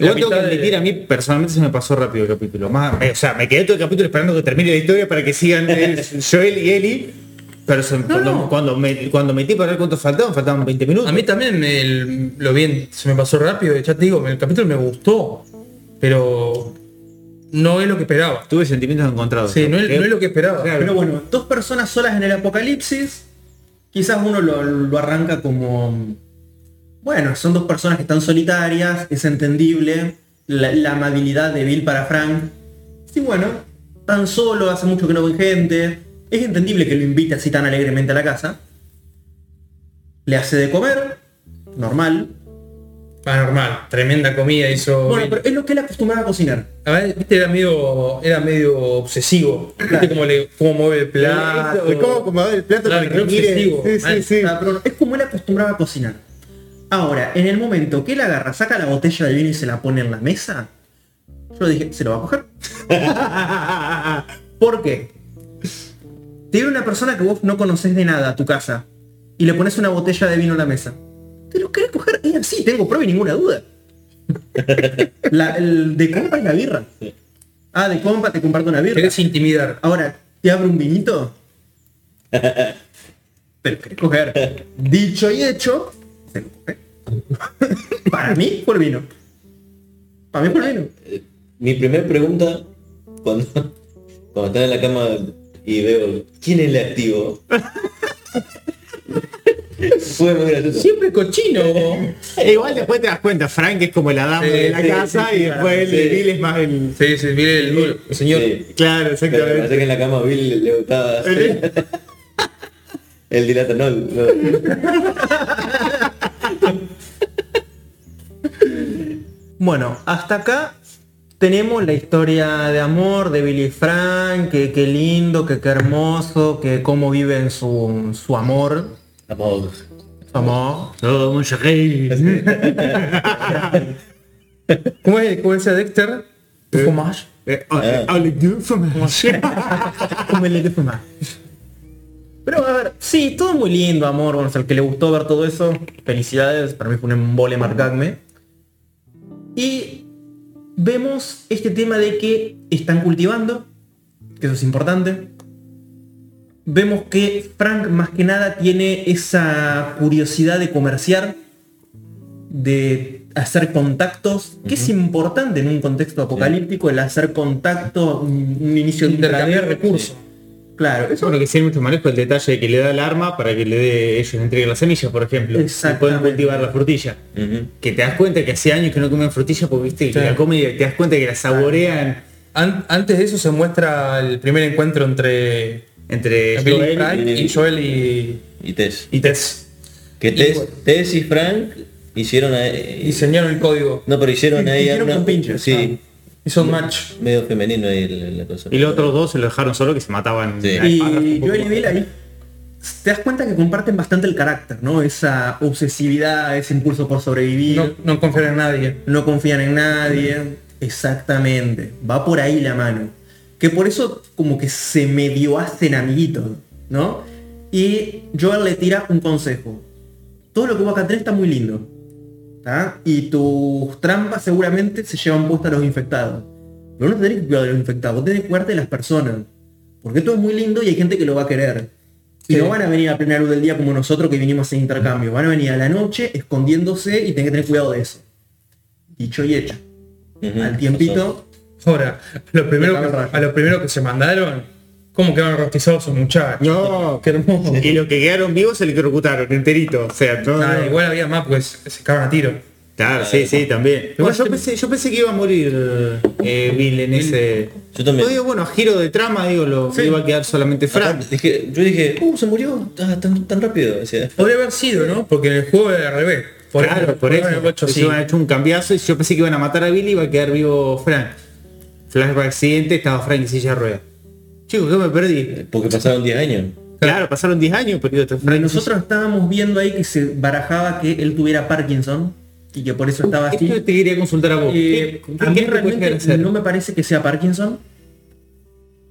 Speaker 4: Igual tengo que
Speaker 2: mitad de-
Speaker 4: admitir, a mí personalmente se me pasó rápido el capítulo. Más, eh, o sea, me quedé todo el capítulo esperando que termine la historia para que sigan
Speaker 2: [laughs]
Speaker 4: eh, Joel y Eli. Pero se- cuando, Cuando, me, cuando metí para ver cuánto faltaban, faltaban 20 minutos.
Speaker 2: A mí también el- lo bien se me pasó rápido, ya te digo, el capítulo me gustó, pero no es lo que esperaba.
Speaker 4: Tuve sentimientos encontrados.
Speaker 2: Sí, no es, no es lo que esperaba.
Speaker 1: Pero bueno, dos personas solas en el apocalipsis, quizás uno lo, lo arranca como... Bueno, son dos personas que están solitarias, es entendible la, la amabilidad de Bill para Frank. Sí, bueno, tan solo, hace mucho que no ven gente, es entendible que lo invite así tan alegremente a la casa. Le hace de comer, normal.
Speaker 2: Paranormal, Ah, tremenda comida hizo.
Speaker 1: Bueno,
Speaker 2: Bill.
Speaker 1: pero es lo que él acostumbraba a cocinar.
Speaker 2: La verdad, viste, era medio, era medio obsesivo. Viste cómo le cómo mueve el plato.
Speaker 4: acomodar el plato
Speaker 2: Claro,
Speaker 4: para
Speaker 2: qué
Speaker 4: que mire?
Speaker 2: obsesivo,
Speaker 4: Sí,
Speaker 2: man.
Speaker 4: sí, sí.
Speaker 1: Ah, pero es como él acostumbraba a cocinar. Ahora, en el momento que él agarra, saca la botella de vino y se la pone en la mesa, yo dije, se lo va a coger. ¿Por qué? Te viene una persona que vos no conoces de nada a tu casa y le pones una botella de vino en la mesa. ¿Te lo querés coger? Es así, tengo prueba y ninguna duda. La- el de compa es la birra. Ah, de compa te comparto una birra.
Speaker 2: Querés intimidar.
Speaker 1: Ahora, ¿te abre un vinito?
Speaker 4: [laughs]
Speaker 1: Te lo querés coger. Dicho y hecho, te lo coge. [laughs] Para mí, por vino. Para mí, por vino.
Speaker 3: Mi primera pregunta, cuando, cuando estaba en la cama y veo, ¿quién es el activo? Fue muy gracioso.
Speaker 2: Siempre cochino.
Speaker 4: [laughs] Eh, Igual después te das cuenta, Frank es como la dama
Speaker 2: Sí,
Speaker 4: de la
Speaker 2: sí,
Speaker 4: casa
Speaker 2: sí, sí,
Speaker 4: y después el
Speaker 3: sí.
Speaker 4: de Bill es más el.
Speaker 2: sí, sí, mire el duro, señor.
Speaker 3: Sí,
Speaker 4: Claro,
Speaker 3: pero me
Speaker 4: exactamente.
Speaker 3: parece que en la cama a Bill le gustaba hacer- [laughs] el dilatanol. no.
Speaker 1: Bueno, hasta acá tenemos la historia de amor de Billy Frank, que qué lindo, que qué hermoso, que cómo viven su, su amor.
Speaker 3: Vamos.
Speaker 1: Su amor.
Speaker 4: Todo un rey.
Speaker 2: ¿Cómo es cómo decía Dexter? Fromage.
Speaker 4: Eh, eh, I'll do for me.
Speaker 1: Como el de fumar. Pero a ver, sí, todo muy lindo, amor. Bueno, o sea, al que le gustó ver todo eso, felicidades. Para mí fue un embole marcarme. Y vemos este tema de que están cultivando, que eso es importante. Vemos que Frank más que nada tiene esa curiosidad de comerciar, de hacer contactos, que es importante en un contexto apocalíptico, el hacer contacto, un, un inicio de un
Speaker 2: Intercambiar
Speaker 1: tratamiento.
Speaker 2: recursos.
Speaker 1: Claro, eso
Speaker 4: Bueno, que sí hay mucho manejo el detalle de que le da el arma para que le dé, ellos le entreguen las semillas, por ejemplo. Y pueden
Speaker 1: Exactamente.
Speaker 4: cultivar la frutilla.
Speaker 3: Ujú.
Speaker 4: Que te das cuenta que hace años que no comen frutilla porque viste que
Speaker 2: Sí.
Speaker 4: la comen y te das cuenta que la saborean
Speaker 2: An- antes de eso se muestra el primer encuentro entre
Speaker 4: entre
Speaker 2: Billy
Speaker 4: Joel
Speaker 2: Frank y Joel y,
Speaker 3: Y Tess.
Speaker 2: y Tess.
Speaker 3: Que
Speaker 2: Y
Speaker 3: Tess,
Speaker 2: bueno.
Speaker 3: Tess y Frank hicieron a-
Speaker 2: Diseñaron el código.
Speaker 3: No, pero hicieron ahí
Speaker 1: Hicieron
Speaker 3: una-
Speaker 1: con pinches,
Speaker 3: Sí,
Speaker 2: Hizo un match.
Speaker 3: medio femenino ahí la, la cosa.
Speaker 4: Y los otros dos se lo dejaron solo que se mataban.
Speaker 3: Sí.
Speaker 4: a espadas un
Speaker 1: Y
Speaker 4: poco.
Speaker 1: Joel y Bill ahí te das cuenta que comparten bastante el carácter, ¿no? Esa obsesividad, ese impulso por sobrevivir,
Speaker 2: No,
Speaker 1: no,
Speaker 2: no confiar en nadie.
Speaker 1: confían en nadie. Exactamente, va por ahí la mano. Que por eso como que se medio hacen amiguitos, ¿no? Y Joel le tira un consejo. Todo lo que vos acá tenés está muy lindo. ¿tá? Y tus trampas seguramente se llevan puestas a los infectados. Pero no tenés que cuidar de los infectados, vos tenés que cuidarte de las personas. Porque todo es muy lindo y hay gente que lo va a querer. Y
Speaker 2: Sí.
Speaker 1: no van a venir a plena luz del día como nosotros que vinimos a hacer intercambio. Van a venir a la noche escondiéndose y tenés que tener cuidado de eso. Dicho y hecho.
Speaker 3: Ujú.
Speaker 1: Al tiempito,
Speaker 2: Ahora, lo primero
Speaker 1: Estaba raro.
Speaker 2: que, a lo primero que se mandaron, ¿cómo quedaron rostizados esos muchachos?
Speaker 4: No,
Speaker 2: qué hermoso.
Speaker 4: Y los que quedaron vivos se le crocutaron enterito. O sea, todo.
Speaker 2: Ah, igual había más porque se, se cagaron a tiro.
Speaker 4: Claro, sí, sí, también.
Speaker 2: Igual
Speaker 4: yo,
Speaker 2: se-
Speaker 4: pensé, yo pensé que iba a morir eh, Bill en ese.
Speaker 3: Yo también.
Speaker 4: Yo digo, bueno, giro de trama, digo, lo iba a quedar solamente Frank.
Speaker 3: Aparte, dije- yo dije, uh, se murió ah, tan, tan rápido. O sea,
Speaker 2: Podría haber sido, ¿no? Porque en el juego era al revés. Por
Speaker 4: claro, por eso.
Speaker 2: haber hecho
Speaker 4: se
Speaker 2: así.
Speaker 4: iban a hecho un cambiazo y yo pensé que iban a matar a Bill y iba a quedar vivo Frank. Flashback accidente, estaba Frank en silla de rueda. Chicos, yo me perdí.
Speaker 3: porque pasaron 10 años.
Speaker 4: Claro, pasaron 10 años, pero este Frank.
Speaker 1: nosotros estábamos viendo ahí que se barajaba que él tuviera Parkinson y que por eso estaba así.
Speaker 4: Esto te quería consultar a vos.
Speaker 1: Eh,
Speaker 4: ¿Qué-
Speaker 1: a mí
Speaker 4: qué te puede llegar a
Speaker 1: realmente
Speaker 4: hacer?
Speaker 1: no me parece que sea Parkinson.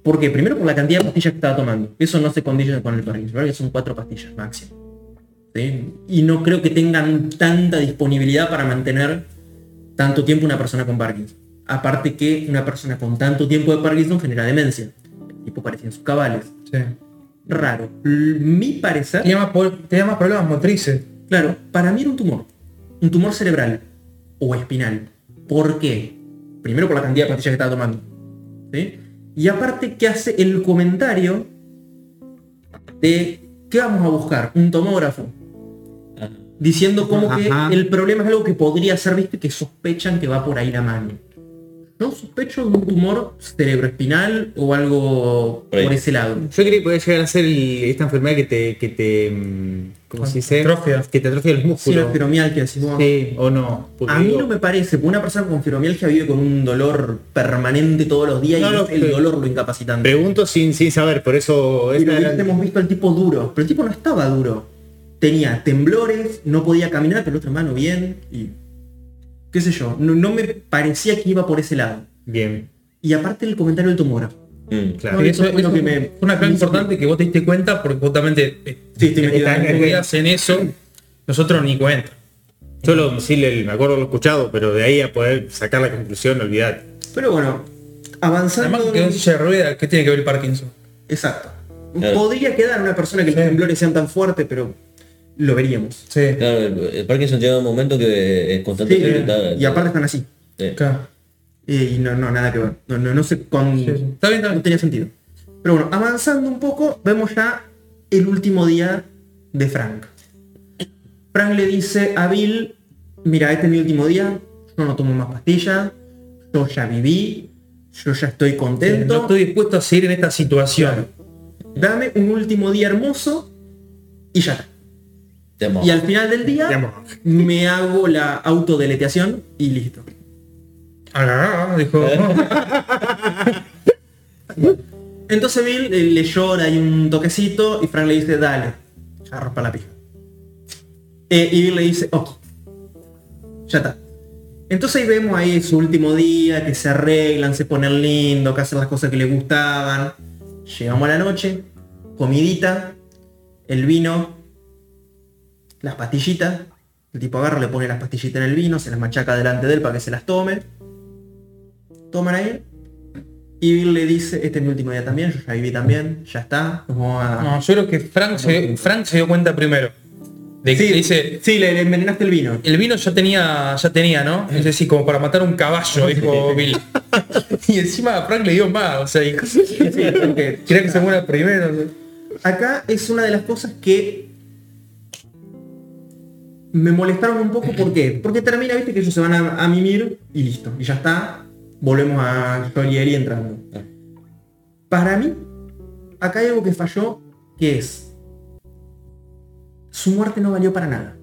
Speaker 1: Porque primero por la cantidad de pastillas que estaba tomando. Eso no se condiciona con el Parkinson. Creo que son cuatro pastillas máximo. ¿sí? Y no creo que tengan tanta disponibilidad para mantener tanto tiempo una persona con Parkinson. Aparte que una persona con tanto tiempo de Parkinson genera demencia. El tipo parecía en sus cabales.
Speaker 2: Sí.
Speaker 1: Raro. L- mi parecer...
Speaker 2: Tenía más, po- tenía más problemas motrices.
Speaker 1: Claro, para mí era un tumor. Un tumor cerebral o espinal. ¿Por qué? Primero por la cantidad de pastillas que estaba tomando. ¿sí? Y aparte que hace el comentario de ¿qué vamos a buscar? Un tomógrafo.
Speaker 3: Ajá.
Speaker 1: Diciendo como
Speaker 4: Ajá.
Speaker 1: que el problema es algo que podría ser visto y que sospechan que va por ahí la mano. No sospecho de un tumor cerebroespinal o algo
Speaker 3: Por ahí.
Speaker 1: por ese lado.
Speaker 4: Yo creí que podía llegar a ser el- esta enfermedad que te, que te mm, ¿cómo se dice?
Speaker 2: Atrofia.
Speaker 4: Que te atrofia los
Speaker 1: Sí, la
Speaker 4: músculos.
Speaker 1: fibromialgia, que decís vos.
Speaker 4: Sí, o no. Porque
Speaker 1: A mí
Speaker 4: digo,
Speaker 1: no me parece, porque una persona con fibromialgia vive con un dolor permanente todos los días
Speaker 4: No,
Speaker 1: y
Speaker 4: no,
Speaker 1: es el
Speaker 4: pero-
Speaker 1: dolor lo incapacitante.
Speaker 4: Pregunto sin, sin saber, por eso
Speaker 1: Pero
Speaker 4: esta
Speaker 1: viste,
Speaker 4: era-
Speaker 1: hemos visto al tipo duro, pero el tipo no estaba duro. Tenía temblores, no podía caminar, pero el otro hermano bien y qué sé yo, no, no me parecía que iba por ese lado.
Speaker 4: Bien,
Speaker 1: Y aparte el comentario del tomógrafo.
Speaker 3: Mm.
Speaker 4: claro.
Speaker 1: No,
Speaker 2: Y eso,
Speaker 1: eso fue lo
Speaker 2: eso
Speaker 1: que
Speaker 2: fue
Speaker 1: me-
Speaker 2: una clave
Speaker 1: me hizo-
Speaker 2: importante que vos te diste cuenta porque justamente eh,
Speaker 1: Sí, estoy
Speaker 2: te
Speaker 1: metido en el-
Speaker 2: metías en eso, nosotros ni cuenta.
Speaker 4: Yo lo, sí, le- me acuerdo lo escuchado, pero de ahí a poder sacar la conclusión, olvidar.
Speaker 1: Pero bueno,
Speaker 2: Además
Speaker 1: avanzando.
Speaker 2: que quedó en silla de rueda, ¿qué tiene que ver el Parkinson?
Speaker 1: Exacto.
Speaker 3: Claro.
Speaker 1: Podría quedar una persona que los temblores sean tan fuertes, pero lo veríamos.
Speaker 2: Sí.
Speaker 3: Claro, el, el Parkinson llega un momento que es constante.
Speaker 1: Sí,
Speaker 3: que está- eh,
Speaker 1: y aparte están así.
Speaker 3: Sí.
Speaker 2: Acá.
Speaker 1: Eh, y no, no, nada que ver. No, no, no sé con...
Speaker 2: Sí, sí. Está bien, está bien.
Speaker 1: No tenía sentido. Pero bueno, avanzando un poco, vemos ya el último día de Frank. Frank le dice a Bill, mira, este es mi último día, yo no tomo más pastillas, yo ya viví, yo ya estoy
Speaker 2: Eh, No
Speaker 1: contento,
Speaker 2: estoy dispuesto a seguir en esta situación.
Speaker 1: dame un último día hermoso y ya. está.
Speaker 3: Te amo.
Speaker 1: Y al final del día
Speaker 4: Digamos,
Speaker 1: me hago la autodeleteación y listo.
Speaker 2: Agarrá, [laughs] dijo.
Speaker 1: Entonces Bill eh, le llora y un toquecito y Frank le dice, dale, ya rompa la pija. Eh, y Bill le dice, ok, ya está. Entonces ahí vemos ahí su último día, que se arreglan, se ponen lindo, que hacen las cosas que le gustaban. Llegamos a la noche, comidita, el vino, las pastillitas. El tipo agarra, le pone las pastillitas en el vino, se las machaca delante de él para que se las tome. Toman ahí, y Bill le dice, este es mi último día también, yo ya viví también, ya está, nos vamos a...
Speaker 2: No, yo creo que Frank se, Frank se dio cuenta primero. De que
Speaker 1: Sí,
Speaker 2: dice,
Speaker 1: sí, le le envenenaste el
Speaker 2: [laughs]
Speaker 1: vino.
Speaker 2: el vino ya tenía, ya tenía, ¿no? Es decir, como para matar un caballo, dijo [laughs] Bill. y encima a Frank le dio más, o sea, dijo, que quería que se muera primero.
Speaker 1: Acá es una de las cosas que me molestaron un poco. ¿Por qué? Porque termina, viste, que ellos se van a, a mimir y listo. Y ya está. Volvemos a Joel y Ellie entrando. Para mí, acá hay algo que falló, que es... Su muerte no valió para nada.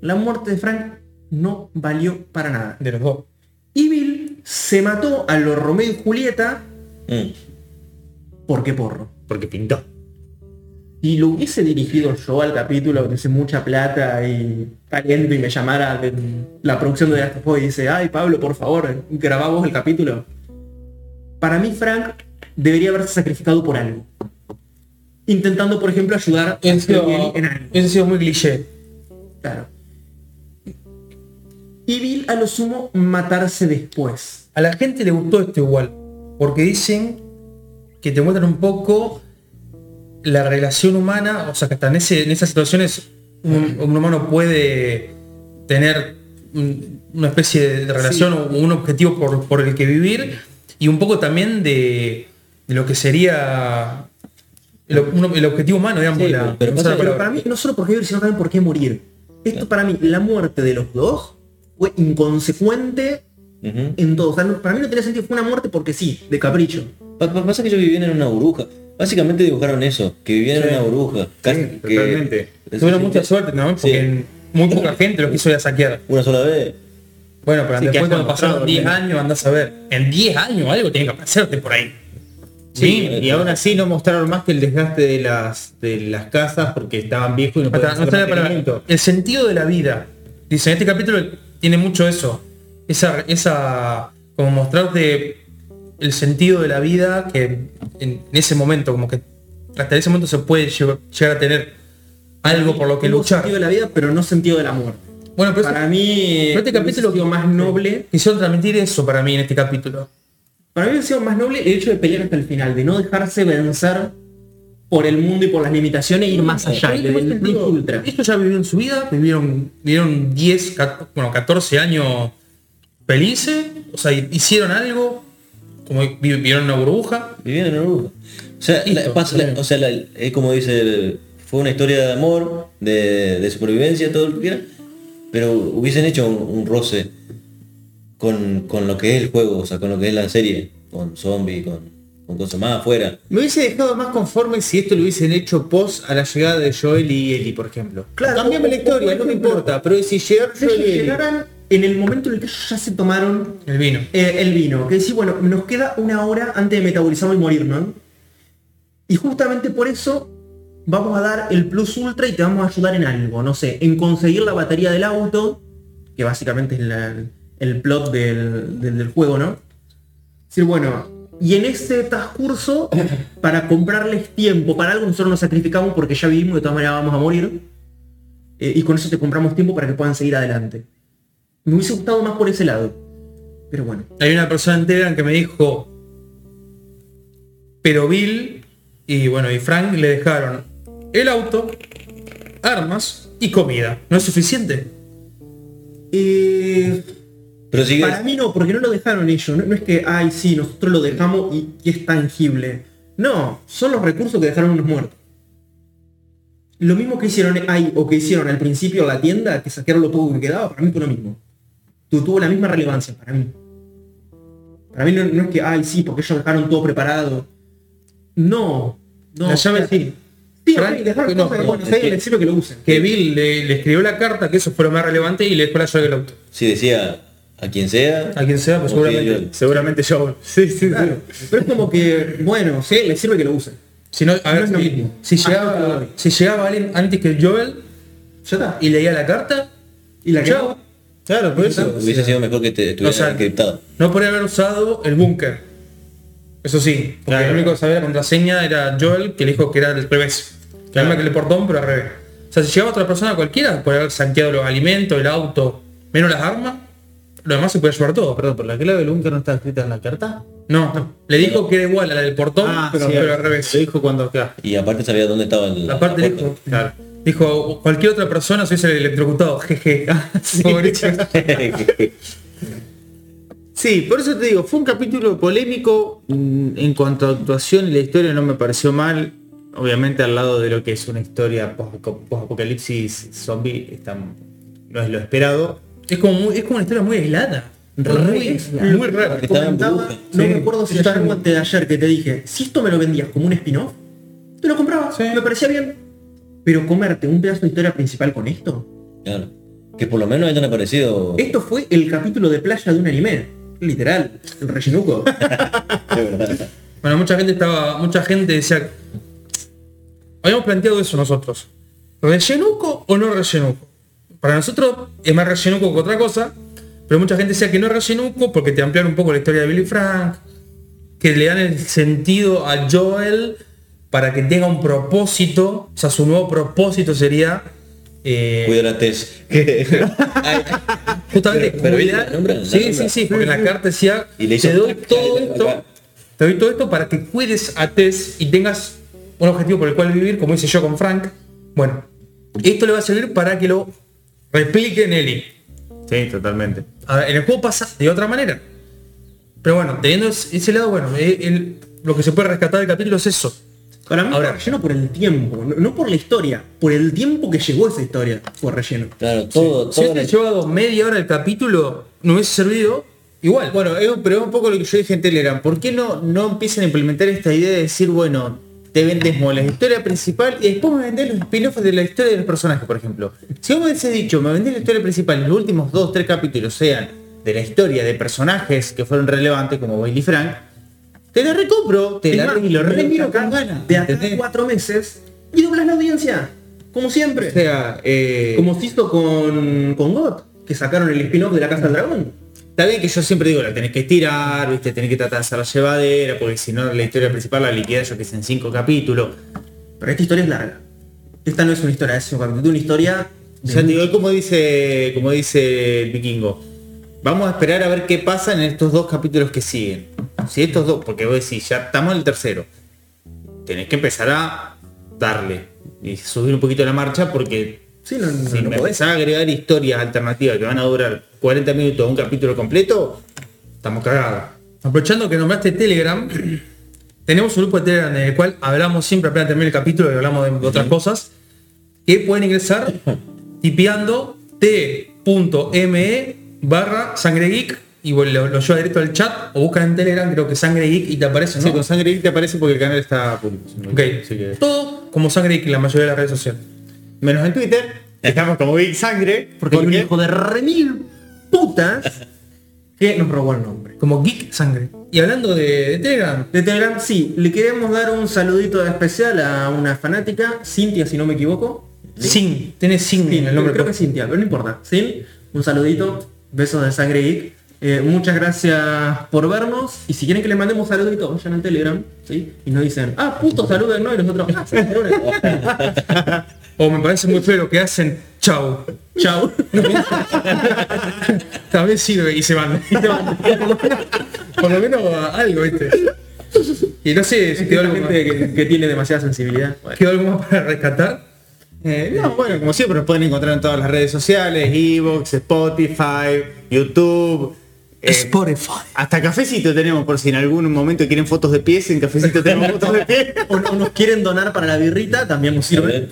Speaker 1: La muerte de Frank no valió para nada.
Speaker 2: De los dos.
Speaker 1: Y Bill se mató a los Romeo y Julieta
Speaker 3: Mm.
Speaker 1: porque porro.
Speaker 4: Porque pintó.
Speaker 1: Si lo hubiese dirigido yo al capítulo, hubiese mucha plata y talento y me llamara de la producción de Last of Us y dice, ay Pablo, por favor, grabá vos el capítulo. Para mí Frank debería haberse sacrificado por algo. Intentando, por ejemplo, ayudar a
Speaker 2: Eso
Speaker 1: Ellie en algo.
Speaker 2: eso ha sido muy cliché.
Speaker 1: Claro. Y Bill a lo sumo matarse después.
Speaker 2: A la gente le gustó esto igual, porque dicen que te muestran un poco la relación humana, o sea, que hasta en, ese- en esas situaciones un, un humano puede tener un- una especie de relación o un objetivo por, por el que vivir, y un poco también de, de lo que sería el, un- el objetivo humano, digamos.
Speaker 3: Sí,
Speaker 2: la-
Speaker 3: pero
Speaker 2: no
Speaker 1: O
Speaker 2: sé
Speaker 1: sea,
Speaker 2: la
Speaker 1: pero
Speaker 2: palabra.
Speaker 1: para mí, no solo por qué vivir, sino también por qué morir. Esto para mí, la muerte de los dos fue inconsecuente
Speaker 3: Ujú.
Speaker 1: en todo. O sea, no- para mí no tenía sentido, fue una muerte porque sí, de capricho.
Speaker 3: Pa- pa- Pasa que ellos vivían en una burbuja. Básicamente dibujaron eso, que vivían en una burbuja. Casi que-
Speaker 4: totalmente.
Speaker 2: Tuvieron mucha suerte, ¿no?
Speaker 3: Sí.
Speaker 2: Porque muy poca gente lo quiso ir a saquear.
Speaker 3: Una sola vez.
Speaker 2: Bueno, pero
Speaker 1: Sí, que
Speaker 2: después
Speaker 1: has
Speaker 2: cuando pasaron
Speaker 1: demostrado,
Speaker 2: 10
Speaker 1: ¿no?
Speaker 2: años, andás a ver. En 10 años algo tiene que aparecerte por ahí.
Speaker 4: Sí, y aún así no mostraron más que el desgaste de las de las casas porque estaban viejos y no podían
Speaker 2: Hasta- Ah,
Speaker 4: hacer
Speaker 2: no está la palabra.
Speaker 4: mantenimiento.
Speaker 2: El sentido de la vida. Dice, en este capítulo tiene mucho eso. Esa, esa, como mostrarte el sentido de la vida que en, en ese momento, como que hasta ese momento se puede llevar- llegar a tener algo por lo que
Speaker 1: Hubo
Speaker 2: luchar.
Speaker 1: sentido de la vida, pero no sentido de la muerte.
Speaker 2: Bueno, pero
Speaker 1: para
Speaker 2: eso-
Speaker 1: mí,
Speaker 2: pero este
Speaker 1: hubiese
Speaker 2: capítulo
Speaker 1: sido más noble.
Speaker 2: quisieron transmitir eso para mí en este capítulo.
Speaker 1: Para mí hubiese sido más noble el hecho de pelear hasta el final, de no dejarse vencer por el mundo y por las limitaciones e ir más allá,
Speaker 2: Pero este
Speaker 1: el
Speaker 2: igual te
Speaker 1: del plus
Speaker 2: digo,
Speaker 1: ultra.
Speaker 2: Ellos ya vivieron su vida, vivieron, vivieron 10, cat- bueno, 14 años felices, o sea, hicieron algo, como vi- vivieron una burbuja.
Speaker 3: Vivían en una burbuja. O sea, la-
Speaker 2: Listo,
Speaker 3: pasa- la-
Speaker 2: bien.
Speaker 3: o sea la- es como dice, el- fue una historia de amor, de, de supervivencia, todo lo que quieran, pero hubiesen hecho un, un roce con, con lo que es el juego, o sea, con lo que es la serie, con zombies, con, con cosas más afuera.
Speaker 4: Me hubiese dejado más conforme si esto lo hubiesen hecho post a la llegada de Joel y Ellie, por ejemplo.
Speaker 1: Claro,
Speaker 4: Cambiame
Speaker 1: o-
Speaker 4: la
Speaker 1: o-
Speaker 4: historia,
Speaker 1: por
Speaker 4: no me
Speaker 1: ejemplo,
Speaker 4: importa, pero si llegaron
Speaker 1: Que
Speaker 4: Joel
Speaker 1: ellos
Speaker 4: y Ellie.
Speaker 1: llegaran en el momento en el que ellos ya se tomaron
Speaker 2: El vino.
Speaker 1: eh, el vino, que decís, bueno, nos queda una hora antes de metabolizarlo y morir, ¿no? Y justamente por eso vamos a dar el plus ultra y te vamos a ayudar en algo, no sé, en conseguir la batería del auto, que básicamente es la- el plot del, del- del juego, ¿no? Es decir, bueno, y en ese transcurso, para comprarles tiempo, para algo nosotros nos sacrificamos porque ya vivimos, de todas maneras vamos a morir, eh, y con eso te compramos tiempo para que puedan seguir adelante. Me hubiese gustado más por ese lado, pero bueno.
Speaker 2: Hay una persona entera que me dijo, pero Bill y bueno, y Frank le dejaron el auto, armas y comida. ¿No es suficiente?
Speaker 1: Eh,
Speaker 3: Pero sigue,
Speaker 1: para mí no, porque no lo dejaron ellos. No, no es que, ay, sí, nosotros lo dejamos y, y es tangible. No, son los recursos que dejaron unos muertos. Lo mismo que hicieron ahí, o que hicieron al principio la tienda, que saquearon lo poco que quedaba, para mí fue lo mismo. Tu- tuvo la misma relevancia para mí. Para mí no, no es que, ay, sí, porque ellos dejaron todo preparado. No, no.
Speaker 2: La llave
Speaker 1: o sea, sí. Sí,
Speaker 2: Frank,
Speaker 1: ok, dejaron
Speaker 2: no,
Speaker 1: cosas que,
Speaker 2: no,
Speaker 1: bueno,
Speaker 3: es
Speaker 1: está bien,
Speaker 3: que-
Speaker 1: les sirve que lo usen.
Speaker 2: Que Bill le, le escribió la carta, que eso fue lo más relevante, y le dejó la llave del auto.
Speaker 3: si decía a quien sea,
Speaker 2: A quien sea, pues
Speaker 3: o si
Speaker 2: seguramente.
Speaker 4: Seguramente Joel. Sí, sí, sí.
Speaker 1: Claro, Pero es como que, bueno, sí, les sirve que lo usen.
Speaker 2: Si no, a ver,
Speaker 1: es lo
Speaker 2: si-
Speaker 1: mismo.
Speaker 2: si,
Speaker 1: Ah, no, no,
Speaker 2: llegaba,
Speaker 1: no.
Speaker 2: si llegaba alguien antes que Joel
Speaker 1: Ya está.
Speaker 2: y leía la carta,
Speaker 1: Y la que
Speaker 2: chao.
Speaker 4: Claro, por eso.
Speaker 3: hubiese sido mejor que te estuviera
Speaker 2: O sea,
Speaker 3: encriptado.
Speaker 2: No podría haber usado el búnker. Eso sí, porque
Speaker 4: Claro.
Speaker 2: el único que sabía la contraseña era Joel, que le dijo que era al revés. La misma que el portón, pero al revés. O sea, si llegaba otra persona cualquiera, podría haber saqueado los alimentos, el auto, menos las armas, lo demás se puede llevar todo.
Speaker 4: Perdón, ¿por la clave del búnker no está escrita en la carta? Ah,
Speaker 2: No, le dijo que era igual a la del portón, pero,
Speaker 4: sí,
Speaker 2: pero al revés.
Speaker 4: Lo dijo cuando acá.
Speaker 3: Y aparte sabía dónde estaba el,
Speaker 2: La parte
Speaker 3: la
Speaker 2: dijo,
Speaker 3: puerta.
Speaker 4: Claro.
Speaker 2: Dijo, cualquier otra persona soy el electrocutado. [laughs] Jeje. Pobre chico.
Speaker 3: [laughs]
Speaker 4: Sí, por eso te digo, fue un capítulo polémico mm, en cuanto a actuación y la historia no me pareció mal. Obviamente al lado de lo que es una historia post-apo- post-apocalipsis zombie, está- no es lo esperado.
Speaker 2: es, como muy- es como una historia muy aislada.
Speaker 1: Re-
Speaker 2: Muy, muy rara.
Speaker 3: Porque estaba en
Speaker 1: Comentaba,
Speaker 3: burbuja.
Speaker 1: no
Speaker 2: Sí.
Speaker 1: me acuerdo si
Speaker 2: Yo
Speaker 1: ayer
Speaker 2: estaba en-
Speaker 1: o antes de ayer que te dije, si esto me lo vendías como un spin-off, te lo compraba,
Speaker 2: Sí.
Speaker 1: me parecía bien. Pero comerte un pedazo de historia principal con esto,
Speaker 3: Claro. Que por lo menos
Speaker 2: [laughs]
Speaker 3: hayan aparecido.
Speaker 1: esto fue el capítulo de playa de un anime, literal,
Speaker 4: [laughs]
Speaker 1: el rellenuco.
Speaker 3: de verdad.
Speaker 2: Bueno, mucha gente estaba, mucha gente decía, habíamos planteado eso nosotros, rellenuco o no rellenuco. Para nosotros es más rellenuco que otra cosa, pero mucha gente decía que no es rellenuco porque te ampliaron un poco la historia de Billy Frank, que le dan el sentido a Joel para que tenga un propósito, o sea, su nuevo propósito sería eh,
Speaker 3: Cuidar a Tess.
Speaker 2: justamente
Speaker 3: Pero- pero ¿viste
Speaker 2: cuidar-
Speaker 3: la nombra? La
Speaker 2: sí, sí,
Speaker 3: nombra.
Speaker 2: sí, porque en la carta decía,
Speaker 3: Y le hizo-
Speaker 2: te doy todo
Speaker 3: Acá.
Speaker 2: esto, te doy todo esto para que cuides a Tess y tengas un objetivo por el cual vivir, como hice yo con Frank. Bueno, esto le va a servir para que lo replique Nelly.
Speaker 4: Sí, totalmente.
Speaker 2: A ver, en el juego pasa de otra manera. Pero bueno, teniendo es- ese lado, bueno, eh, el- lo que se puede rescatar del capítulo es eso.
Speaker 1: Para mí fue
Speaker 2: Ahora-
Speaker 1: relleno por el tiempo, no- no por la historia, por el tiempo que llegó esa historia fue relleno.
Speaker 3: Claro, todo,
Speaker 2: Si
Speaker 3: todo.
Speaker 2: hubiese llevado media hora el capítulo, no hubiese servido igual.
Speaker 4: Bueno, es un- pero es un poco lo que yo dije en Telegram. ¿Por qué no, no empiezan a implementar esta idea de decir, bueno, te vendes como la historia principal y después me vendés los spin-offs de la historia de los personajes, por ejemplo? Si vos me hubiese dicho, me vendés la historia principal y los últimos dos, tres capítulos sean de la historia de personajes que fueron relevantes como Bailey Frank, te la recompro, te
Speaker 1: Es
Speaker 4: la
Speaker 1: más,
Speaker 4: y lo
Speaker 1: de
Speaker 4: remiro
Speaker 1: acá-
Speaker 4: con ganas.
Speaker 1: De acá
Speaker 4: ¿entendés?
Speaker 1: a cuatro meses y doblas la audiencia, como siempre.
Speaker 4: O sea, eh,
Speaker 1: como se hizo con, con God, que sacaron el spin-off de la Casa del Dragón.
Speaker 4: Está bien que yo siempre digo, la tenés que estirar, ¿viste? tenés que tratar de hacerla llevadera, porque si no la historia principal la liquidás yo que sé en cinco capítulos.
Speaker 1: Pero esta historia es larga. Esta no es una historia, es un capítulo, una historia de
Speaker 4: Ya te digo, como dice, como dice el vikingo, vamos a esperar a ver qué pasa en estos dos capítulos que siguen. Si estos dos, porque vos decís, ya estamos en el tercero. Tenés que empezar a darle y subir un poquito la marcha porque
Speaker 1: Sí, no, no,
Speaker 4: si
Speaker 1: no
Speaker 4: me
Speaker 1: podés.
Speaker 4: empezás a agregar historias alternativas que van a durar 40 minutos a un capítulo completo, estamos cagados.
Speaker 2: Aprovechando que nombraste Telegram, tenemos un grupo de Telegram en el cual hablamos siempre apenas terminar el capítulo y hablamos de, de otras cosas, que pueden ingresar tipeando t.me barra sangre geek y bueno, lo, lo lleva directo al chat o buscan en Telegram, creo que sangre geek y te aparece,
Speaker 4: Sí,
Speaker 2: ¿no?
Speaker 4: con sangre Geek te aparece porque el canal está público. si no me
Speaker 2: Ok,
Speaker 4: equivoco, así que-
Speaker 2: todo como sangre geek en la mayoría de las redes sociales.
Speaker 4: Menos en Twitter, estamos como Geek Sangre,
Speaker 1: Porque
Speaker 4: porque,
Speaker 1: hay un hijo de remil putas que nos robó el nombre.
Speaker 2: Como geek sangre. Y hablando de, de Telegram,
Speaker 1: De Telegram, sí, le queremos dar un saludito especial a una fanática, Cintia, si no me equivoco.
Speaker 2: Sin, tiene Sin
Speaker 1: Sí,
Speaker 2: en el nombre.
Speaker 1: creo que es Cintia, pero no importa. Sí, un saludito, besos de sangre geek. Eh, muchas gracias por vernos y si quieren que les mandemos saluditos, vayan al Telegram, ¿sí? Y nos dicen, ah, puto, saluden, no, y nosotros, ah, sí, saluden.
Speaker 2: O me parece muy feo lo que hacen, chau.
Speaker 1: [laughs] Chau.
Speaker 2: También sirve y
Speaker 1: [laughs]
Speaker 2: se van. Y te van. Por lo menos algo, ¿viste? Y no sé si
Speaker 1: Quedó
Speaker 2: quedó
Speaker 1: la
Speaker 2: algo, más,
Speaker 1: gente que, que tiene demasiada sensibilidad. Bueno.
Speaker 2: quedó algo más para rescatar.
Speaker 4: Eh, no, bueno, como siempre nos pueden encontrar en todas las redes sociales, Evox, Spotify, YouTube. eh,
Speaker 2: [laughs] Spotify.
Speaker 4: hasta cafecito tenemos por si en algún momento quieren fotos de pies, en cafecito tenemos fotos de pies.
Speaker 1: O, o nos quieren donar para la birrita, también nos sirve.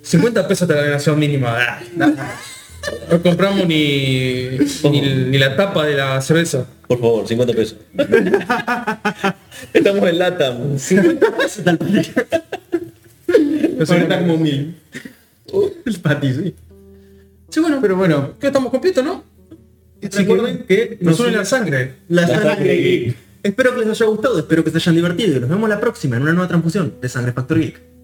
Speaker 2: 50 pesos de la donación mínima. Ah, nah. No compramos ni, ni, ni la tapa de la cerveza.
Speaker 3: Por favor, 50 pesos. Estamos en lata. mo.
Speaker 2: No sé,
Speaker 1: Ahorita como [laughs] mil. El pati, sí.
Speaker 2: Sí, bueno, pero bueno, que estamos completos, ¿no? Recuerden que nos une la sangre.
Speaker 1: La
Speaker 3: La
Speaker 1: sangre
Speaker 3: sangre
Speaker 1: geek. Espero que les haya gustado, espero que se hayan divertido y nos vemos la próxima en una nueva transfusión de Sangre Factor Geek.